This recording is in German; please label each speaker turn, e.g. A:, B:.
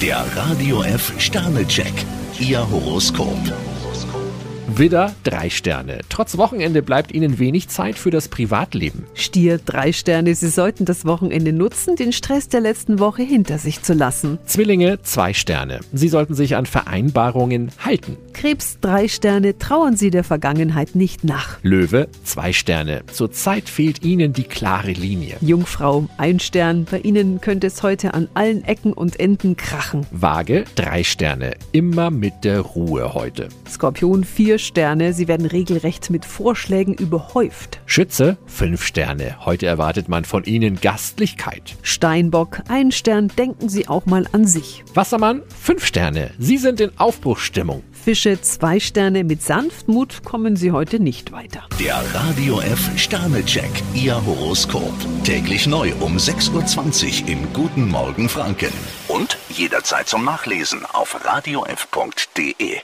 A: Der Radio F Sternecheck, Ihr Horoskop.
B: Widder, drei Sterne. Trotz Wochenende bleibt Ihnen wenig Zeit für das Privatleben.
C: Stier, drei Sterne. Sie sollten das Wochenende nutzen, den Stress der letzten Woche hinter sich zu lassen.
B: Zwillinge, zwei Sterne. Sie sollten sich an Vereinbarungen halten.
C: Krebs, drei Sterne. Trauern Sie der Vergangenheit nicht nach.
B: Löwe, zwei Sterne. Zurzeit fehlt Ihnen die klare Linie.
C: Jungfrau, ein Stern. Bei Ihnen könnte es heute an allen Ecken und Enden krachen.
B: Waage, drei Sterne. Immer mit der Ruhe heute.
C: Skorpion, vier Sterne. Sie werden regelrecht mit Vorschlägen überhäuft.
B: Schütze, fünf Sterne. Heute erwartet man von Ihnen Gastlichkeit.
C: Steinbock, ein Stern. Denken Sie auch mal an sich.
B: Wassermann, fünf Sterne. Sie sind in Aufbruchsstimmung.
C: Fische, zwei Sterne. Mit Sanftmut kommen Sie heute nicht weiter.
A: Der Radio F Sternecheck, Ihr Horoskop. Täglich neu um 6.20 Uhr im Guten Morgen Franken. Und jederzeit zum Nachlesen auf radiof.de.